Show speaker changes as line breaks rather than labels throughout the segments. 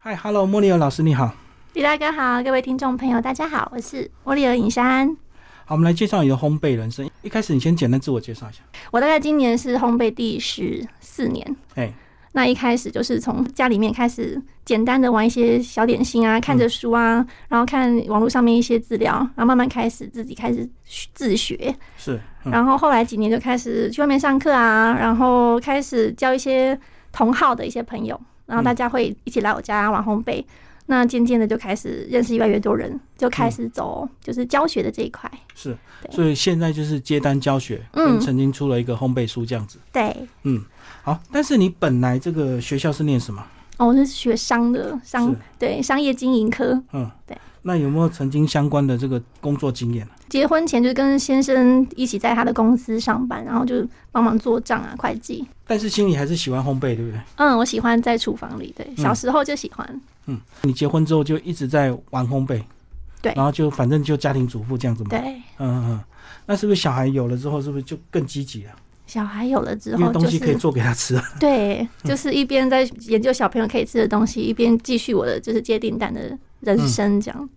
嗨，Hello，莫里尔老师你好。
李大哥好，各位听众朋友大家好，我是莫里尔尹山。
好，我们来介绍你的烘焙人生。一开始你先简单自我介绍一下。
我大概今年是烘焙第十四年，
哎，
那一开始就是从家里面开始简单的玩一些小点心
嗯
啊，看着书啊，然后看网络上面一些资料，然后慢慢开始自己开始学自学，
是，嗯，
然后后来几年就开始去外面上课啊，然后开始交一些同好的一些朋友，然后大家会一起来我家玩烘焙。那渐渐的就开始认识越来越多人，就开
嗯
始走就是教学的这一块。
是，
对
所以现在就是接单教学，
嗯
跟曾经出了一个烘焙书这样子。嗯
对，
好，但是你本来这个学校是念什么？
哦，我是学商的，商
是
对商业经营科。
嗯，
对。
那有没有曾经相关的这个工作经验呢？
结婚前就跟先生一起在他的公司上班，然后就帮忙做账啊、会计。
但是心里还是喜欢烘焙，对不对？
嗯，我喜欢在厨房里，对，
嗯
小时候就喜欢。
你结婚之后就一直在玩烘焙，
对
然后就反正就家庭主妇这样子嘛。
对，
嗯嗯嗯。那是不是小孩有了之后，是不是就更积极了？
小孩有了之
因为
后
东
就
西可以嗯
是
做给他吃。
对，就是一边在研究小朋友可以吃的东西，一边继续我的就是接订单的
嗯
人生这样。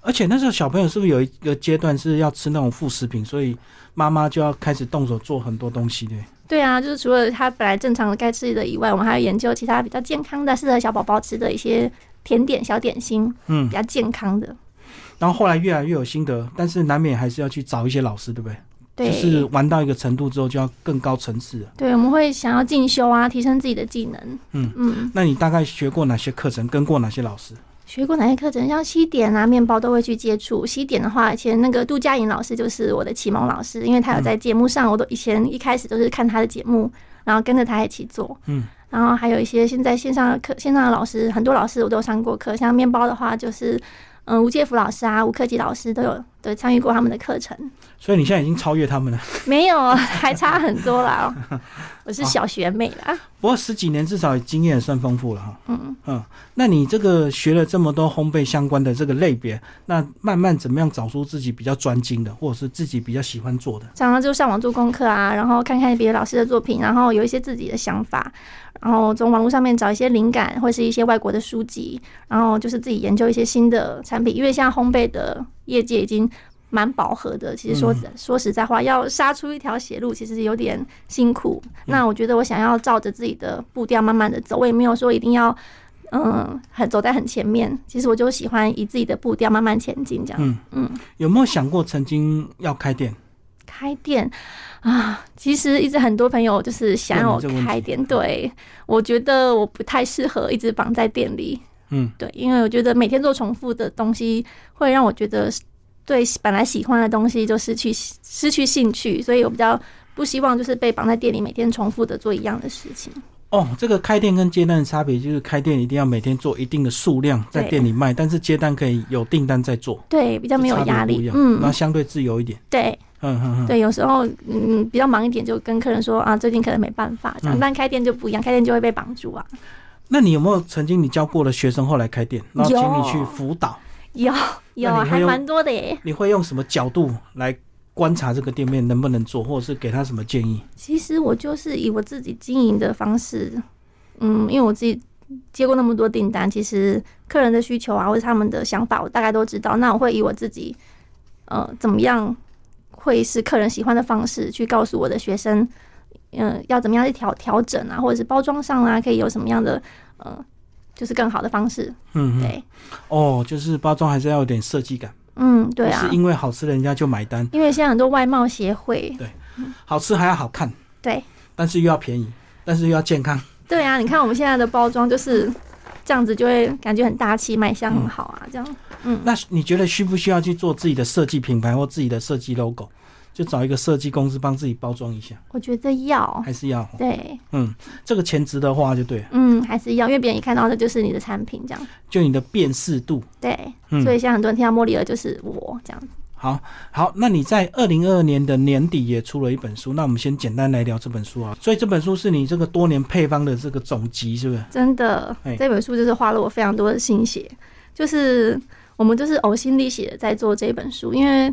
而且那时候小朋友是不是有一个阶段是要吃那种副食品，所以妈妈就要开始动手做很多东西对？
对啊，就是除了他本来正常的该吃的以外，我们还要研究其他比较健康的、适合小宝宝吃的一些甜点、小点心，
嗯
比，较健康的。
然后后来越来越有心得，但是难免还是要去找一些老师，对不对？
对，
就是玩到一个程度之后，就要更高层次了。
对，我们会想要进修啊，提升自己的技能。
嗯
嗯，
那你大概学过哪些课程，跟过哪些老师？
学过哪些课程？像西点啊、面包都会去接触。西点的话，以前那个杜佳颖老师就是我的启蒙老师，因为他有
嗯
在节目上，我都以前一开始都是看他的节目，然后跟着他一起做。
嗯，
然后还有一些现在线上的课，线上的老师很多老师我都有上过课，像面包的话就是。嗯，吴介福老师啊，吴克己老师都有对参与过他们的课程，
所以你现在已经超越他 们了。
没有，还差很多 啦。我是小学妹啦，
不过十几年至少经验也算丰富了哈。
嗯。
嗯，那你这个学了这么多烘焙相关的这个类别，那慢慢怎么样找出自己比较专精的，或者是自己比较喜欢做的？
常常就上网做功课啊，然后看看别的老师的作品，然后有一些自己的想法，然后从网络上面找一些灵感，或是一些外国的书籍，然后就是自己研究一些新的产品。因为现在烘焙的业界已经蛮饱和的，其实说、说实在话，要杀出一条血路，其实有点辛苦。那我觉得我想要照着自己的步调慢慢的走，我也没有说一定要。嗯，很走在很前面。其实我就喜欢以自己的步调慢慢前进，这样。
嗯
嗯，
有没有想过曾经要开店？
开店啊，其实一直很多朋友就是想要我
问你这个问题嗯
开店，对我觉得我不太适合一直绑在店里，
嗯，
对，因为我觉得每天做重复的东西会让我觉得对本来喜欢的东西就失去失去兴趣，所以我比较不希望就是被绑在店里每天重复的做一样的事情。
哦，这个开店跟接单的差别就是，开店一定要每天做一定的数量在
对
店里卖，但是接单可以有订单再做，
对，比较没有
就差别
压
不一
力
样，然后
嗯，
相对自由一点。
对
嗯嗯嗯，
对，有时候嗯比较忙一点，就跟客人说啊，最近可能没办法这样，
嗯
但开店就不一样，开店就会被绑住啊。
那你有没有曾经你教过的学生后来开店，然后
有
请你去辅导？
有有
那
啊，
你会
还
用
蛮多的耶。
你会用什么角度来观察这个店面能不能做，或者是给他什么建议？
其实我就是以我自己经营的方式，嗯，因为我自己接过那么多订单，其实客人的需求啊，或者他们的想法，我大概都知道。那我会以我自己，呃，怎么样会是客人喜欢的方式去告诉我的学生，嗯、要怎么样去调调整啊，或者是包装上啊，可以有什么样的，呃，就是更好的方式。
嗯，嗯
对，
哦，就是包装还是要有点设计感，
嗯，对
不
啊
是，因为好吃人家就买单，
因为现在很多外贸协会，
好吃还要好看，
对，
但是又要便宜，但是又要健康。
对啊，你看我们现在的包装就是这样子，就会感觉很大气，卖相很好啊，这样。
那你觉得需不需要去做自己的设计品牌或自己的设计 logo？就找一个设计公司帮自己包装一下，
我觉得要
还是要
对，
嗯，这个钱值得花就对了，
嗯，还是要，因为别人一看到的就是你的产品这样。
就你的辨识度。
对，
嗯
所以现在很多人听到莫里尔就是我这样。
好好，那你在二零二二年的年底也出了一本书，那我们先简单来聊这本书啊。所以这本书是你这个多年配方的这个总集，是不是？
真的
哎，
这本书就是花了我非常多的心血，就是我们就是呕心沥血的在做这本书，因为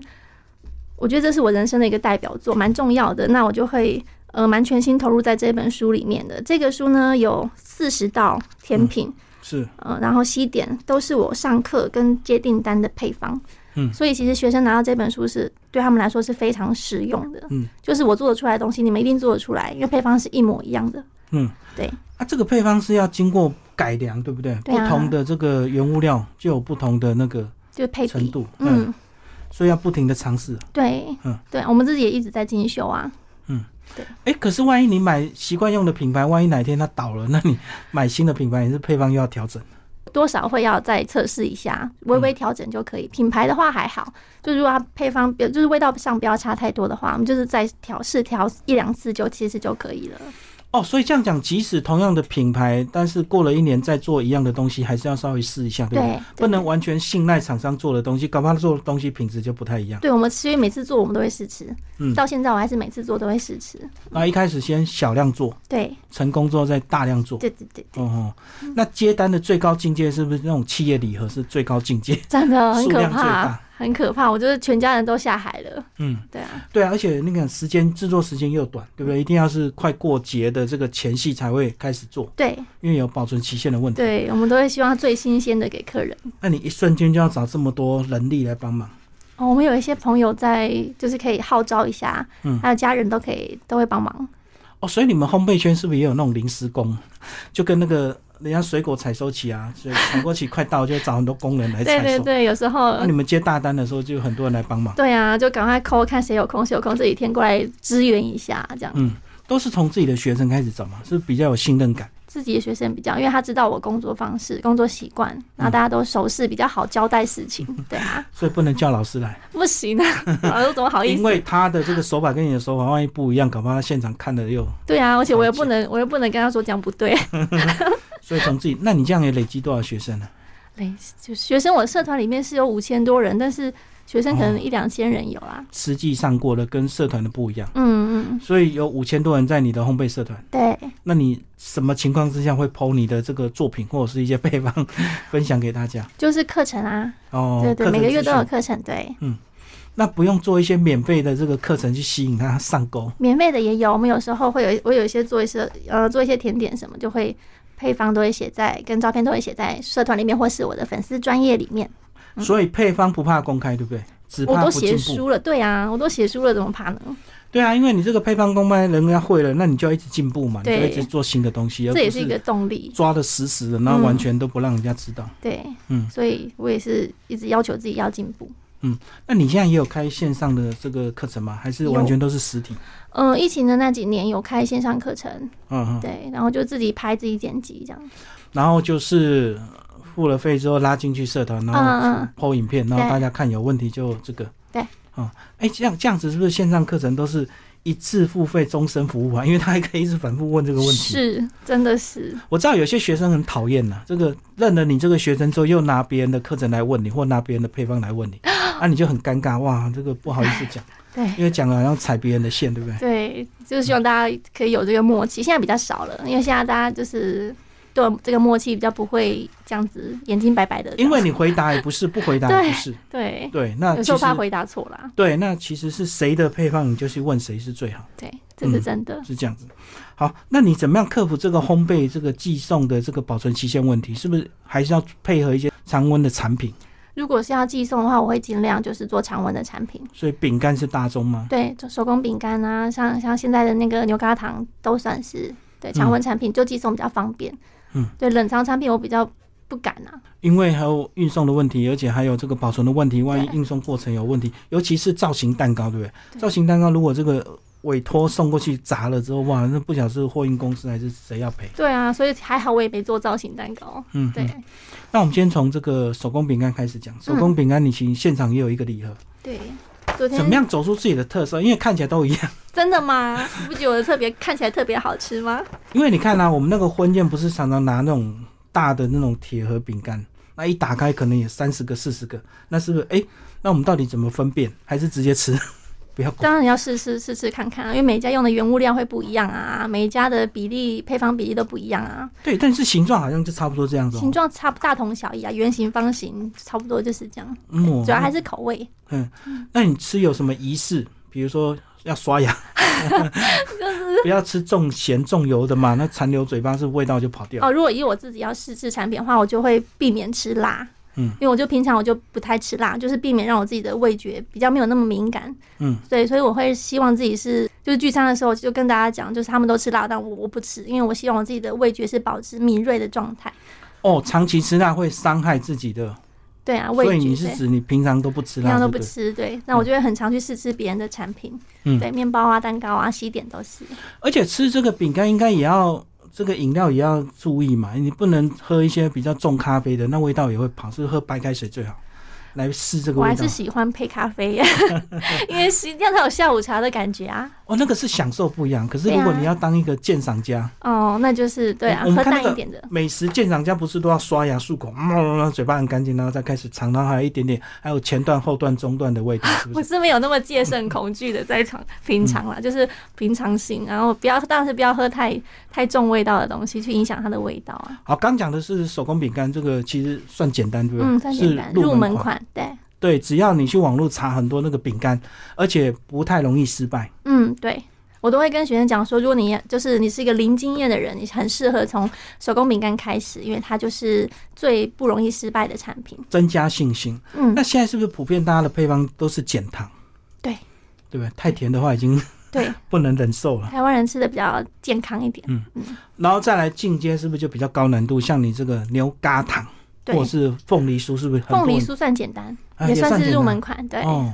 我觉得这是我人生的一个代表作，蛮重要的。那我就会呃蛮全心投入在这本书里面的。这个书呢有四十道甜品，
是
呃，然后西点都是我上课跟接订单的配方。
嗯
所以其实学生拿到这本书是对他们来说是非常实用的。
嗯，
就是我做得出来的东西，你们一定做得出来，因为配方是一模一样的。
嗯，
对
啊，这个配方是要经过改良，对不对？
对啊
不同的这个原物料就有不同的那个
就是配
程
比。
度，嗯，
嗯，
所以要不停的尝试。
对，
嗯
对，我们自己也一直在进修啊。
哎，可是万一你买习惯用的品牌，万一哪天它倒了，那你买新的品牌，你是配方又要调整。
多少会要再测试一下，微
嗯
微调整就可以。品牌的话还好，就如果它配方标就是味道上不要差太多的话，我们就是再调试调一两次就其实就可以了。
哦，所以这样讲，即使同样的品牌，但是过了一年再做一样的东西，还是要稍微试一下，对不对？
对，
不能
对。
完全信赖厂商做的东西，搞不好他做的东西品质就不太一样。
对我们所以每次做我们都会试吃，
嗯
到现在我还是每次做都会试吃。
那一开始先小量做，
对，
成功之后再大量做。
对对对，
哦哦，那接单的最高境界是不是那种企业礼盒是最高境界？
真的很
数
可
量最
怕
大，
很可怕。我觉得全家人都下海了。
嗯，
对啊，
对啊，而且那个时间制作时间又短，对不对？一定要是快过节的这个前夕才会开始做，
对
因为有保存期限的问题。
对，我们都会希望最新鲜的给客人。
那你一瞬间就要找这么多人力来帮忙，
哦，我们有一些朋友在，就是可以号召一下，
嗯
还有家人都可以都会帮忙。
哦，所以你们烘焙圈是不是也有那种临时工， 就跟那个人家水果采收期啊，所以采购期快到就找很多工人来采
对
收。
对对，有时候
那你们接大单的时候，就有很多人来帮忙，
对啊，就赶快扣看谁有空，谁有空这几天过来支援一下，这
嗯
样、
都是从自己的学生开始找嘛，是比较有信任感。
自己的学生比较，因为他知道我工作方式、工作习惯，
嗯
然后大家都熟识，比较好交代事情。对啊，
所以不能叫老师来，
不 行啊，老师怎么好意
因
思？
为他的这个手法跟你的手法万一不一样，搞不好他现场看了又，
对啊，而且我也
了解
不能，我也不能跟他说这样 不对。
所以从自己，那你这样也累积多少学生呢、
对，就学生，我社团里面是有五千多人，但是学生
哦
可能一两千人有啦。
实际上过了跟社团的不一样，
嗯嗯，
所以有五千多人在你的烘焙社团，
对，
那你什么情况之下会剖你的这个作品或者是一些配方分享给大家？
就是课程啊，
哦，
对对，
课程
每个月都有
资讯，
课程，对，
那不用做一些免费的这个课程去吸引他上钩。
免费的也有。我们有时候会有，我有一些做一些呃做一些甜点什么，就会配方都会写在跟照片都会写在社团里面，或是我的粉丝专业里面。嗯
所以配方不怕公开，对不对？只
我
怕
都
不进
写
步。
书了，对啊，我都写书了，怎么怕呢？
对啊，因为你这个配方公开，人家会了，那你就要一直进步嘛，你就
对
要一直做新的东西，而
这也
不
是一个动力，
抓的死死的，然后
嗯
完全都不让人家知道。
对，
嗯
所以我也是一直要求自己要进步。
那你现在也有开线上的这个课程吗？还是
有
完全都是实体？
嗯，疫情的那几年有开线上课程，
嗯嗯。
对，然后就自己拍自己剪辑这样。
然后就是付了费之后拉进去社团，然后
嗯嗯，
抛影片，然后
对
大家看有问题就这个。
对。
啊，哎，这样这样子是不是线上课程都是一次付费终身服务啊？因为他还可以一直反复问这个问题。
是，真的是，
我知道有些学生很讨厌呐，这个认了你这个学生之后，又拿别人的课程来问你，或拿别人的配方来问你， 啊，你就很尴尬哇，这个不好意思讲，
对
因为讲了好像踩别人的线，对不对？
对，就是希望大家可以有这个默契。现在比较少了，因为现在大家就是对这个默契比较不会这样子眼睛白白的这样。
因为你回答也不是，不回答也不是，
对，
对，那
有
其
时候
实
怕回答错啦，
对，那其实是谁的配方，你就去问谁是最好，
对，这是
嗯
真的。
是这样子。好，那你怎么样克服这个烘焙这个寄送的这个保存期限问题？是不是还是要配合一些常温的产品？
如果是要寄送的话，我会尽量就是做常温的产品，
所以饼干是大宗吗？
对，就手工饼干啊，像像现在的那个牛轧糖都算是对常温产品，就寄送比较方便。
嗯，
对，冷藏产品我比较不敢啊。
因为还有运送的问题，而且还有这个保存的问题，万一
对
运送过程有问题，尤其是造型蛋糕，对不对？
对
造型蛋糕如果这个委托送过去砸了之后，哇，那不晓得是货运公司还是谁要赔。
对啊，所以还好我也没做造型蛋糕。
嗯，
对
嗯。那我们先从这个手工饼干开始讲，手工饼干你其实现场也有一个礼盒，
对，昨天
怎么样走出自己的特色？因为看起来都一样。
真的吗？你不觉得我特别看起来特别好吃吗？
因为你看啊，我们那个婚宴不是常常拿那种大的那种铁盒饼干，那一打开可能有三十个、四十个，那是不是？哎、那我们到底怎么分辨？还是直接吃？ 不要管。
当然要试试试试看看啊，因为每一家用的原物料会不一样啊，每一家的比例配方比例都不一样啊，
对，但是形状好像就差不多这样子、
形
哦。
状差不大同小异啊，圆形、方形差不多就是这样，
嗯，
主要还
是
是口味。
那你吃有什么仪式？比如说要刷 牙，不要吃重咸重油的嘛，那残留嘴巴是味道就跑掉了。
哦，如果以我自己要试制产品的话，我就会避免吃辣。
嗯，
因为我就平常我就不太吃辣，就是避免让我自己的味觉比较没有那么敏感。
嗯，
对，所以我会希望自己是就是聚餐的时候就跟大家讲，就是他们都吃辣，但我我不吃，因为我希望我自己的味觉是保持敏锐的状态。
哦，长期吃辣会伤害自己的，
对啊，味
所以
觉
你是
对
指你平常都不吃
平
辣，
常
对
都
不
不
对？
吃，对，那我就会很常去试吃别人的产品，
嗯
对，面包啊、蛋糕啊、西点都是。
而且吃这个饼干应该也要这个饮料也要注意嘛，你不能喝一些比较重咖啡的，那味道也会跑，是不是喝白开水最好来试这个
我
味
还
道
是。喜欢配咖啡， 因为是这样才有下午茶的感觉啊。
哦，那个是享受不一样。可是如果
对啊
你要当一个鉴赏家，
哦，那就是对啊，
我们
喝
看那
淡
个
一点的。
美食鉴赏家不是都要刷牙漱口，嗯，让嘴巴很干净，然后再开始尝，然后还有一点点，还有前段、后段、中段的味道，是嗯不
我
是？
是没有那么戒慎恐惧的，在常平常啦，就是平常心，然后不要，但是不要喝太太重味道的东西，去影响它的味道啊。
好，刚讲的是手工饼干，这个其实算简单，对不对？
嗯，算简单，
是
入
门
门。款，对，
对，只要你去网络查很多那个饼干，而且不太容易失败。
嗯，对。我都会跟学生讲说，如果你就是你是一个零经验的人，你很适合从手工饼干开始，因为它就是最不容易失败的产品。
增加信心。
嗯
那，现在是不是普遍大家的配方都是减糖？
对，
对不对？太甜的话已经
对，
不能忍受了。
台湾人吃的比较健康一点。
然后再来进阶，是不是就比较高难度？像你这个牛轧糖
对
或者，是凤梨酥，是不是很
凤
多
梨
人？
酥算简单，
啊
也算
简
是
单
入门款。对，嗯
哦。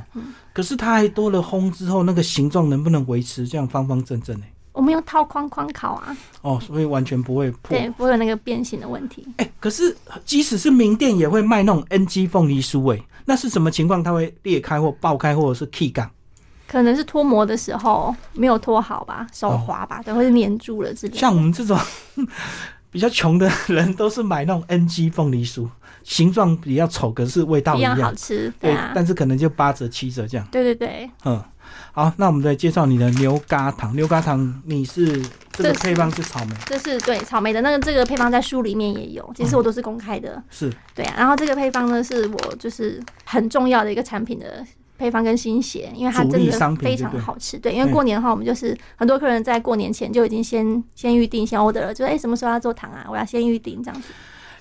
可是它还多了烘之后，那个形状能不能维持这样方方正正呢？
我们用套框框烤啊，
哦，所以完全不会破。
对，不会有那个变形的问题。
哎，可是即使是名店也会卖那种 NG 凤梨酥，哎，那是什么情况？它会裂开或爆开，或者是啊 K 杠？
可能是脱模的时候没有脱好吧，手滑吧，对，或者粘住了之类的。
哦像我们这种 比较穷的人，都是买那种 NG 凤梨酥，形状比较丑，可是味道
一
一
样
样。
好吃，
对
对啊，，
但是可能就八折七折这样。
对对对，
嗯，好，那我们再介绍你的牛轧糖。牛轧糖，你是这个
这是
配方是草莓，
这是对草莓的那个这个配方在书里面也有，其实我都是公开的，
是
对啊。然后这个配方呢，是我就是很重要的一个产品的。配方跟新鞋，因为它
主
真
力
的
商品
非
就
常
对
好吃，对，因为
嗯
过年的话，我们就是很多客人在过年前就已经先先预定、先 order 了，就哎、什么时候要做糖啊，我要先预定这样子。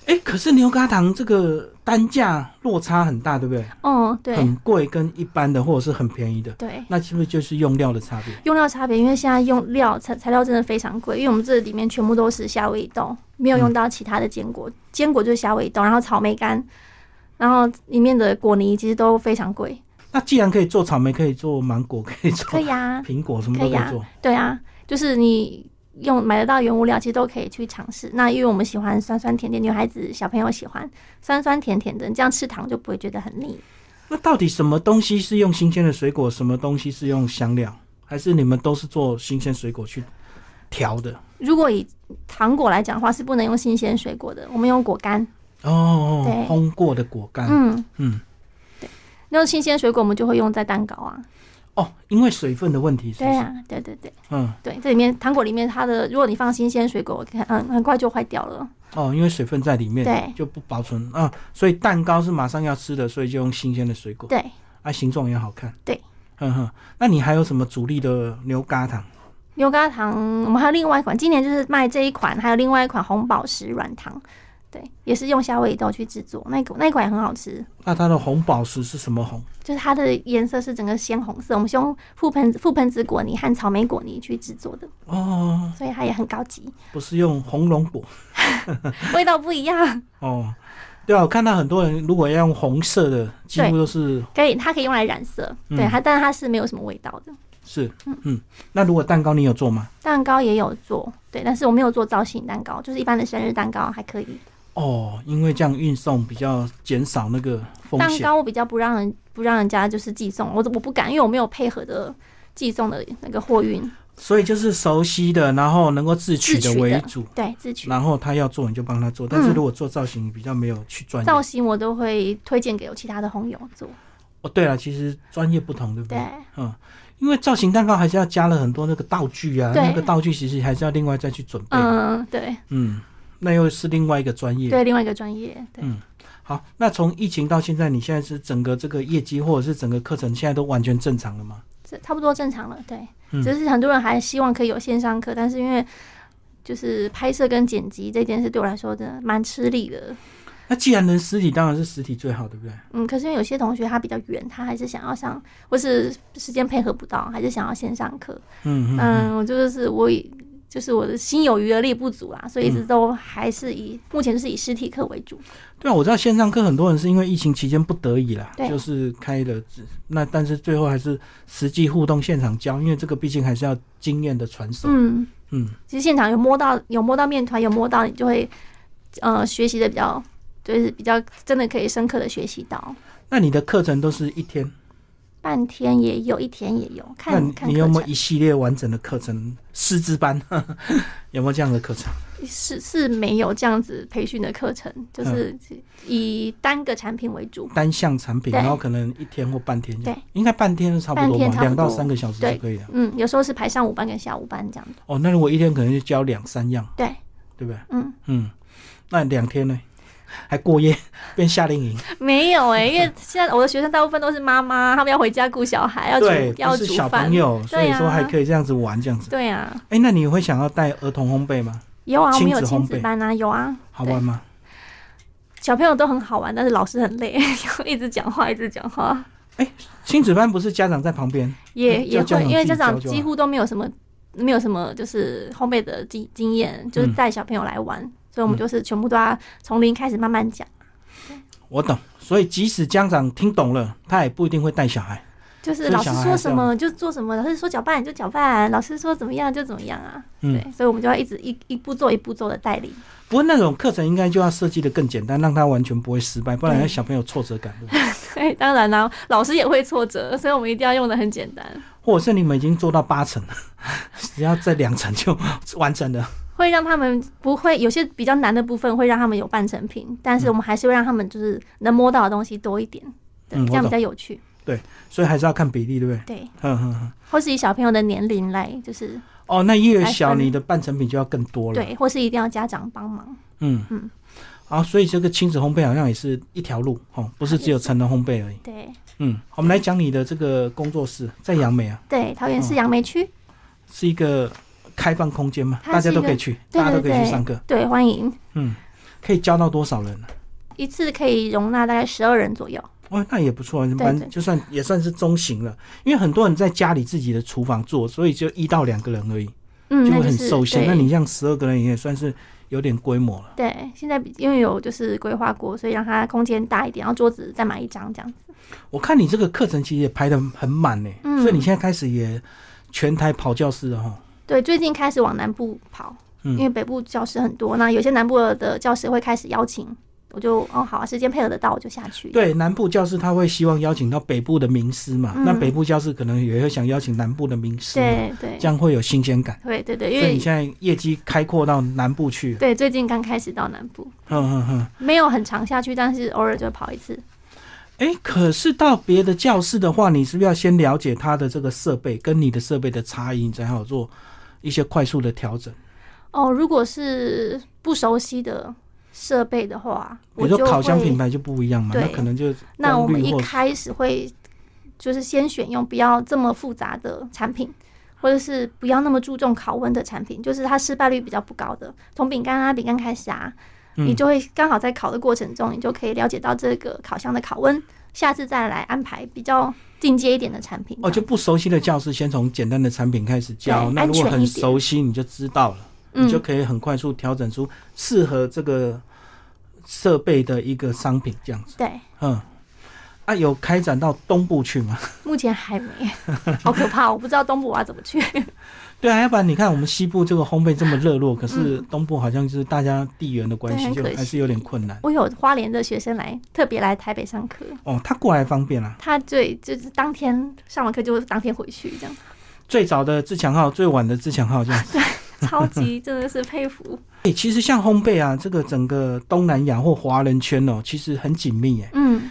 哎、可是牛轧糖这个单价落差很大，对不对？
哦，对
很贵跟一般的或者是很便宜的，
对，
那是不是就是用料的差别？
用料差别，因为现在用料材材料真的非常贵，因为我们这里面全部都是夏威夷豆，没有用到其他的坚果，坚果就是夏威夷豆，然后草莓干，然后里面的果泥其实都非常贵。
那既然可以做草莓，可以做芒果，可以
可
做
以啊，
苹果，什么都可
可以啊
以做。
对啊，就是你用买得到原物料，其实都可以去尝试。那因为我们喜欢酸酸甜甜，女孩子小朋友喜欢酸酸甜甜的，你这样吃糖就不会觉得很腻。
那到底什么东西是用新鲜的水果，什么东西是用香料？还是你们都是做新鲜水果去调的？
如果以糖果来讲的话，是不能用新鲜水果的，我们用果干。
哦
对，
烘过的果干、
嗯
嗯，
对，那新鲜水果我们就会用在蛋糕啊。
哦，因为水分的问题是不
对
是？
啊，对对对
嗯，
对，这里面糖果里面它的，如果你放新鲜水果，看嗯很快就坏掉了。
哦，因为水分在里面，
对
就不保存啊、所以蛋糕是马上要吃的，所以就用新鲜的水果，
对，
啊，形状也好看。
对，
哼哼，那你还有什么主力的牛轧糖？
牛轧糖，我们还有另外一款，今年就是卖这一款，还有另外一款红宝石软糖，对，也是用夏威夷豆去制作，那一款那一款也很好吃，
那它的红宝石是什么红？
就是它的颜色是整个鲜红色，我们是用覆盆覆盆子果泥和草莓果泥去制作的，
哦，
所以它也很高级，
不是用红龙果
味道不一样，
哦。对啊，我看到很多人如果要用红色的，几乎
对
都是
可以它可以用来染色，对
嗯
它，但是它是没有什么味道的。
是，嗯，那如果蛋糕你有做吗？
蛋糕也有做，对，但是我没有做造型蛋糕，就是一般的生日蛋糕还可以。
哦，因为这样运送比较减少那个风
蛋
险。
糕我比较不让人不让人家就是寄送，我我不敢，因为我没有配合的寄送的那个货运，
所以就是熟悉的，然后能够自取的
自取的
为主。
对，自取。
然后他要做你就帮他做，但是
嗯
如果做造型你比较没有去专业。
造型我都会推荐给有其他的红友做，
哦，对了，其实专业不同，对不
对
对？嗯，因为造型蛋糕还是要加了很多那个道具啊，
对
那个道具其实还是要另外再去准备。
嗯，对
嗯，那又是另外一个专业。
对，另外一个专业，对
嗯好，那从疫情到现在，你现在是整个这个业绩或者是整个课程现在都完全正常了吗？
这差不多正常了。对，
嗯
只是很多人还哎希望可以有线上课，但是因为就是拍摄跟剪辑这件事对我来说真的蛮吃力的。
那既然能实体，当然是实体最好，对不对？
嗯，可是因为有些同学他比较远，他还是想要上，或是时间配合不到，还是想要线上课。
嗯嗯
嗯，我就是我以就是我的心有余而力不足啦，所以一
嗯
直都还是以、目前就是以实体课为主。
对啊，我知道线上课很多人是因为疫情期间不得已啦，
对
就是开了只那，但是最后还是实际互动现场教，因为这个毕竟还是要经验的传授。
嗯，
嗯，
其实现场有摸到有摸到面团，有摸到你就会呃学习的比较就是比较真的可以深刻的学习到。
那你的课程都是一天，
半天也有，一天也有，
那
看
你
看
你
课
有没
程
有一系列完整的课程师资班？ 有没有这样的课程？
是是没有这样子培训的课程，就是
嗯
以单个产品为主。
单项产品，
对
然后可能一天或半天这样，
对
应该半天是差不多
半天
吧，
差不
两
多
到三个小时就
对
可以了。
嗯，有时候是排上午班跟下午班这样的。
哦，那如果一天可能就教两三样，
对，
对不对？
嗯，
嗯，那两天呢？还过夜变夏令营，
没有哎、
嗯
因为现在我的学生大部分都是妈妈，他们要回家顾小孩， 要煮
对，
要
不是
煮
小
饭
朋。友，所以
对啊
说还可以这样子玩这样子。
对啊，
哎，那你会想要带儿童烘焙吗？
有啊，我们有
亲子烘
亲
焙
子班啊，有啊，
好玩吗？
小朋友都很好玩，但是老师很累， 一直讲话，一直讲话，
亲子班不是家长在旁边，
也
嗯叫
也
家
会，
长
因为
自己
家
教
长
就好
几乎都没有什么，没有什么就是烘焙的经经验，
嗯
就是带小朋友来玩，所以我们就是全部都要从零开始慢慢讲，
我懂。所以即使家长听懂了，他也不一定会带小孩。
就是
所以
老师
小孩
说
还是
什么就做什么，老师说搅拌就搅拌，老师说怎么样就怎么样啊，
嗯
对，所以我们就要一直一一步做一步做的带领，
不过那种课程应该就要设计的更简单，让他完全不会失败，不然
对
让小朋友挫折感。对不对
对，当然啦、老师也会挫折，所以我们一定要用的很简单，
或者是你们已经做到八成了， 只要在两成就完成了。
会让他们不会有些比较难的部分会让他们有半成品，但
嗯
是我们还是会让他们就是能摸到的东西多一点，对，
嗯
这
我
样
懂
比较有趣，
所以还是要看比例，对不对？
对，
哼哼哼。
或是以小朋友的年龄来，就是
哦，那越小，
来分
你的半成品就要更多了。
对，或是一定要家长帮忙，
嗯嗯
嗯。
啊，所以这个亲子烘焙好像也是一条路哦，不是只有成人烘焙而已。
对
嗯，我们来讲你的这个工作室，在杨梅啊，
对，桃园市杨梅区，
是一个开放空间嘛，大家
它是一
都
个
可以去，
对
大家都
对
可以去
对
上课。
对，欢迎，
嗯，可以教到多少人呢？
一次可以容纳大概十二人左右，
哦，那也不错，
对对
蛮就算也算是中型了，因为很多人在家里自己的厨房做，所以就一到两个人而已，
嗯，
就
那
会
就
很
是
受限。那
对
你像十二个人也算是有点规模了。
对，现在比因为有就是规划过，所以让它空间大一点，然后桌子再买一张这样子，
我看你这个课程其实也排得很满呢、
嗯
所以你现在开始也全台跑教室了哈。
对，最近开始往南部跑，
嗯
因为北部教室很多，那有些南部的教室会开始邀请，我就哦好啊，时间配合得到我就下去。
对，南部教室他会希望邀请到北部的名师嘛，
嗯
那北部教室可能也会想邀请南部的名师嘛，
对对
这样会有新鲜感。
对对对，因
所以你
为
现在业绩开阔到南部去了，嗯
对最近刚开始到南部，
哼哼哼。
没有很常下去，但是偶尔就会跑一次。
哎，可是到别的教室的话，你是不是要先了解它的这个设备跟你的设备的差异，你才好做一些快速的调整？
哦，如果是不熟悉的设备的话，
比如
我
说
就
烤箱品
会
牌就不一样嘛，
对
那可能就
那我
功
们
率
一
或哦
开始会就是先选用不要这么复杂的产品，或者是不要那么注重烤温的产品，就是它失败率比较不高的，从饼干啊、饼干开始啊，
嗯
你就会刚好在烤的过程中，你就可以了解到这个烤箱的烤温，下次再来安排比较进阶一点的产品。
哦，就不熟悉的教室，先从简单的产品开始教。
对
那如果
安全一
很
点
熟悉，你就知道了，你就
嗯，
可以很快速调整出适合这个设备的一个商品，这样子。
对，
嗯，啊，有开展到东部去吗？
目前还没，好可怕，我不知道东部我要怎么去。
对
嗯
啊，要不然你看我们西部这个烘焙这么热络，可是东部好像就是大家地缘的关系，
对
就
很可惜
还是有点困难。
我有花莲的学生来特别来台北上课，
哦，他过来方便啦、
他最就是当天上完课就当天回去这样。
最早的自强号，最晚的自强号 这样子。
超级真的是佩服。
哎、其实像烘焙啊，这个整个东南亚或华人圈哦，其实很紧密哎，
嗯，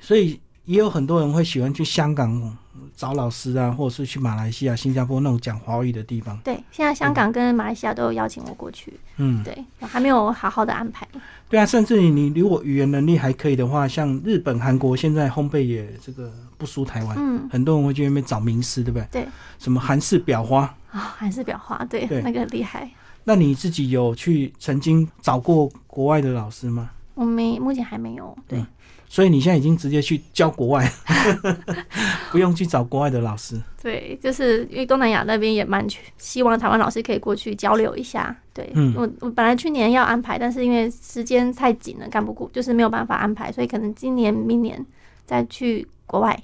所以也有很多人会喜欢去香港找老师啊，或者是去马来西亚、新加坡那种讲华语的地方。
对，现在香港跟马来西亚都有邀请我过去，
嗯，
对，我还没有好好的安排。
对啊，甚至你你如果语言能力还可以的话，像日本、韩国现在烘焙也这个不输台湾，
嗯，
很多人会去那边找名师，对不对？
对，
什么韩式裱花，
啊、还是裱花，对，
对
那个很厉害。
那你自己有去曾经找过国外的老师吗？
我没，目前还没有。对，
嗯所以你现在已经直接去教国外，不用去找国外的老师。
对，就是因为东南亚那边也蛮去希望台湾老师可以过去交流一下。对，
嗯
我我本来去年要安排，但是因为时间太紧了，干不过，就是没有办法安排，所以可能今年、明年再去国外。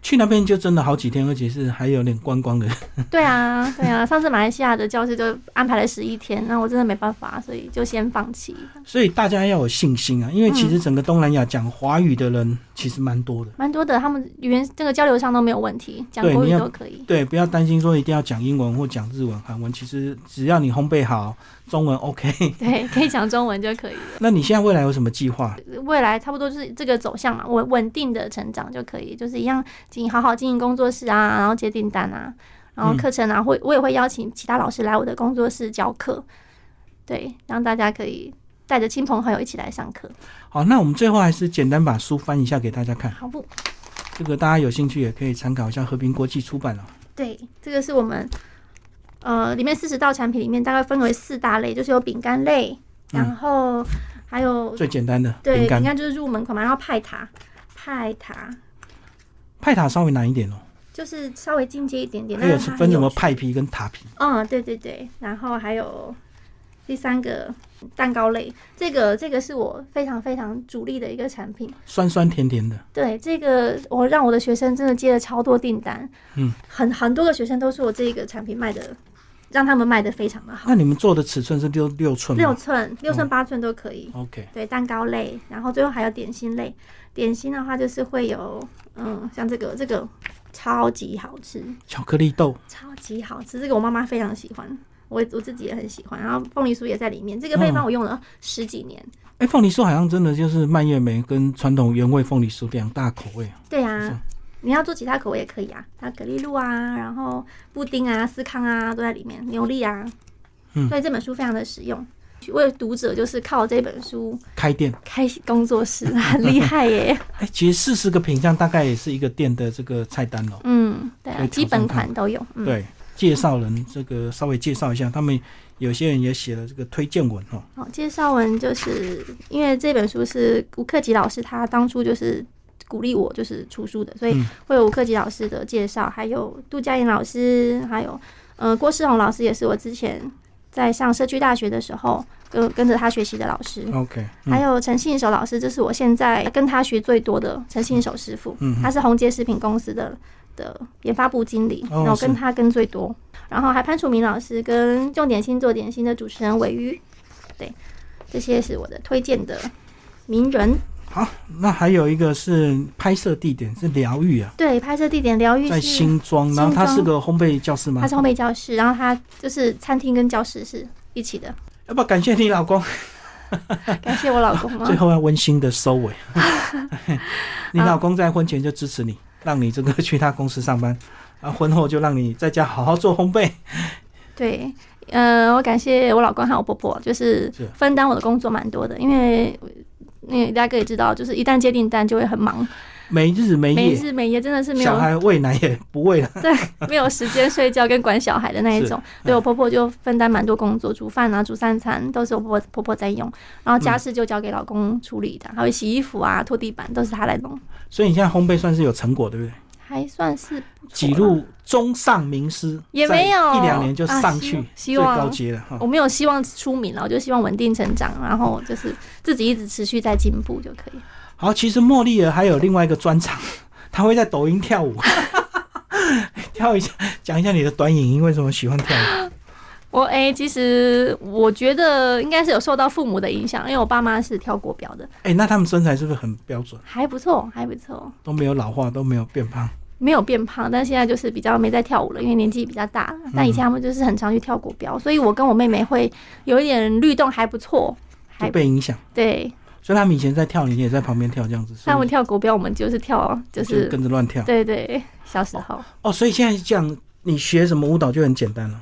去那边就真的好几天，而且是还有点观光的。
对啊，对啊，上次马来西亚的教室就安排了十一天，那我真的没办法，所以就先放弃，
所以大家要有信心啊，因为其实整个东南亚讲华语的人其实蛮多的。
蛮多的，他们语言这个交流上都没有问题，讲
对
国
你
语
要
都可以。
对，不要担心说一定要讲英文或讲日文、韩文，其实只要你烘焙好，中文 OK。
对，可以讲中文就可以了。
那你现在未来有什么计划？
未来差不多就是这个走向嘛，稳稳定的成长就可以，就是一样经营好好经营工作室啊，然后接订单啊，然后课程
嗯
啊，会我也会邀请其他老师来我的工作室教课，对，让大家可以带着亲朋好友一起来上课。
好，那我们最后还是简单把书翻一下给大家看，
好不？
这个大家有兴趣也可以参考一下和平国际出版哦。
对，这个是我们呃里面四十道产品里面大概分为四大类，就是有饼干类，然后还有、
最简单的嗯
对
饼
饼
干，
干就是入门款嘛，然后派塔，派塔
派塔稍微难一点哦。
就是稍微进阶一点点，
还
但
有
是
是
它
分
很
什
有
么
趣？
派皮跟塔皮，
嗯，对对对，然后还有第三个蛋糕类，这个这个是我非常非常主力的一个产品。
酸酸甜甜的。
对这个，我让我的学生真的接了超多订单，
嗯，
很很多个学生都说我这个产品卖的，让他们卖的非常的好，
那你们做的尺寸是六六寸
六
吗
寸、六
嗯
寸、八寸都可以。
？OK，
对，蛋糕类，然后最后还有点心类。点心的话就是会有，嗯，像这个这个超级好吃，
巧克力豆，
超级好吃，这个我妈妈非常喜欢，我我自己也很喜欢。然后凤梨酥也在里面，这个配
嗯
方我用了十几年。
哎，凤梨酥好像真的就是蔓越莓跟传统原味凤梨酥两大口味。哦
对
是
啊，你要做其他口味也可以啊，像蛤蜊露啊，然后布丁啊、司康啊都在里面，牛粒啊。
嗯
所以这本书非常的实用。我有读者就是靠这本书
开店，
开工作室，很厉害耶。
哎，其实四十个品相大概也是一个店的这个菜单哦。
嗯，对
可
啊，
以
基
挑战
本
看
款都有。嗯，
对，介绍人这个稍微介绍一下，他们有些人也写了这个推荐文哦。
好，介绍文就是因为这本书是吴克吉老师，他当初就是鼓励我就是出书的，所以
嗯
会有吴克吉老师的介绍，还有杜佳颖老师，还有呃郭世宏老师，也是我之前在上社区大学的时候跟跟着他学习的老师，
OK，
还
嗯
有陈信手老师，这是我现在跟他学最多的陈信手师傅，
嗯
他是红杰食品公司的的研发部经理，
哦
然后跟
是
他跟最多，然后还潘楚明老师跟重点星座点心的主持人韦玉，对，这些是我的推荐的名人。
好，那还有一个是拍摄地点是疗愈啊，
对，拍摄地点疗愈
在
是，
新庄，然后它
新
是
庄
个烘焙教室吗
他？是烘焙教室，然后他就是餐厅跟教室是一 起的。
要不要感谢你老公？
啊感谢我老公
最
啊，
后要温馨的收 尾。 你老公在婚前就支持你，让你这个去他公司上班，啊，婚后就让你在家好好做烘焙。
对。呃，我感谢我老公和我婆婆，就是
是
分担我的工作蛮多的，因为因为大哥也知道，就是一旦接订单就会很忙，
没日没
每
夜，
日每夜真的是没有
哎小孩喂奶也不喂了。
没有时间睡觉跟管小孩的那一种。
嗯
对我婆婆就分担蛮多工作，煮饭啊、煮三餐都是我婆婆婆婆在用，然后
嗯
家事就交给老公处理的，还会洗衣服啊、拖地板都是他来弄，
所以你现在烘焙算是有成果，对不对？
还算是不错
挤
啦
入中上名师，
也没有
在一两年就上去、
啊
最
希希望
高阶了哈。
我没有希望出名了，我就希望稳定成长，然后就是自己一直持续在进步就可以。
好，其实茉莉儿还有另外一个专场， 她会在抖音跳舞。 跳一下，讲一下你的短影音为什么喜欢跳舞？
我哎、其实我觉得应该是有受到父母的影响，因为我爸妈是跳国标的，
哎、那他们身材是不是很标准？
还不错，还不错。
都没有老化，都没有变胖。
没有变胖，但现在就是比较没在跳舞了，因为年纪比较大了。但
嗯
以前他们就是很常去跳国标，所以我跟我妹妹会有一点律动还不错，
就
还
被影响。
对，
所以他们以前在跳，你也在旁边跳这样子，所以
他们跳国标，我们就是跳，就
就是跟着乱跳。
对对，小时候。
哦，所以现在这样，你学什么舞蹈就很简单了。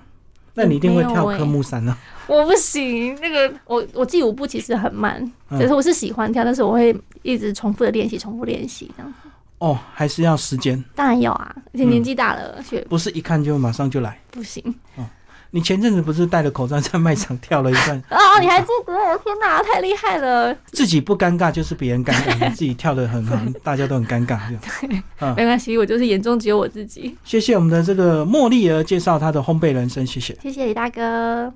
那你一定会跳科目三了、
我不行，那个我我记舞步其实很慢，
嗯
就是我是喜欢跳，但是我会一直重复的练习，重复练习这样。欸
哦，还是要时间，
当然有啊，而且
嗯
年纪大了却
不是一看就马上就来。
不行。
嗯你前阵子不是戴着口罩在卖场跳了一段，
啊、你还记得？天哪，太厉害了！
自己不尴尬就是别人尴尬，你自己跳的很好，大家都很尴尬。这样嗯
没关系，我就是眼中只有我自己。
谢谢我们的这个茉莉儿介绍她的烘焙人生，谢谢。
谢谢李大哥。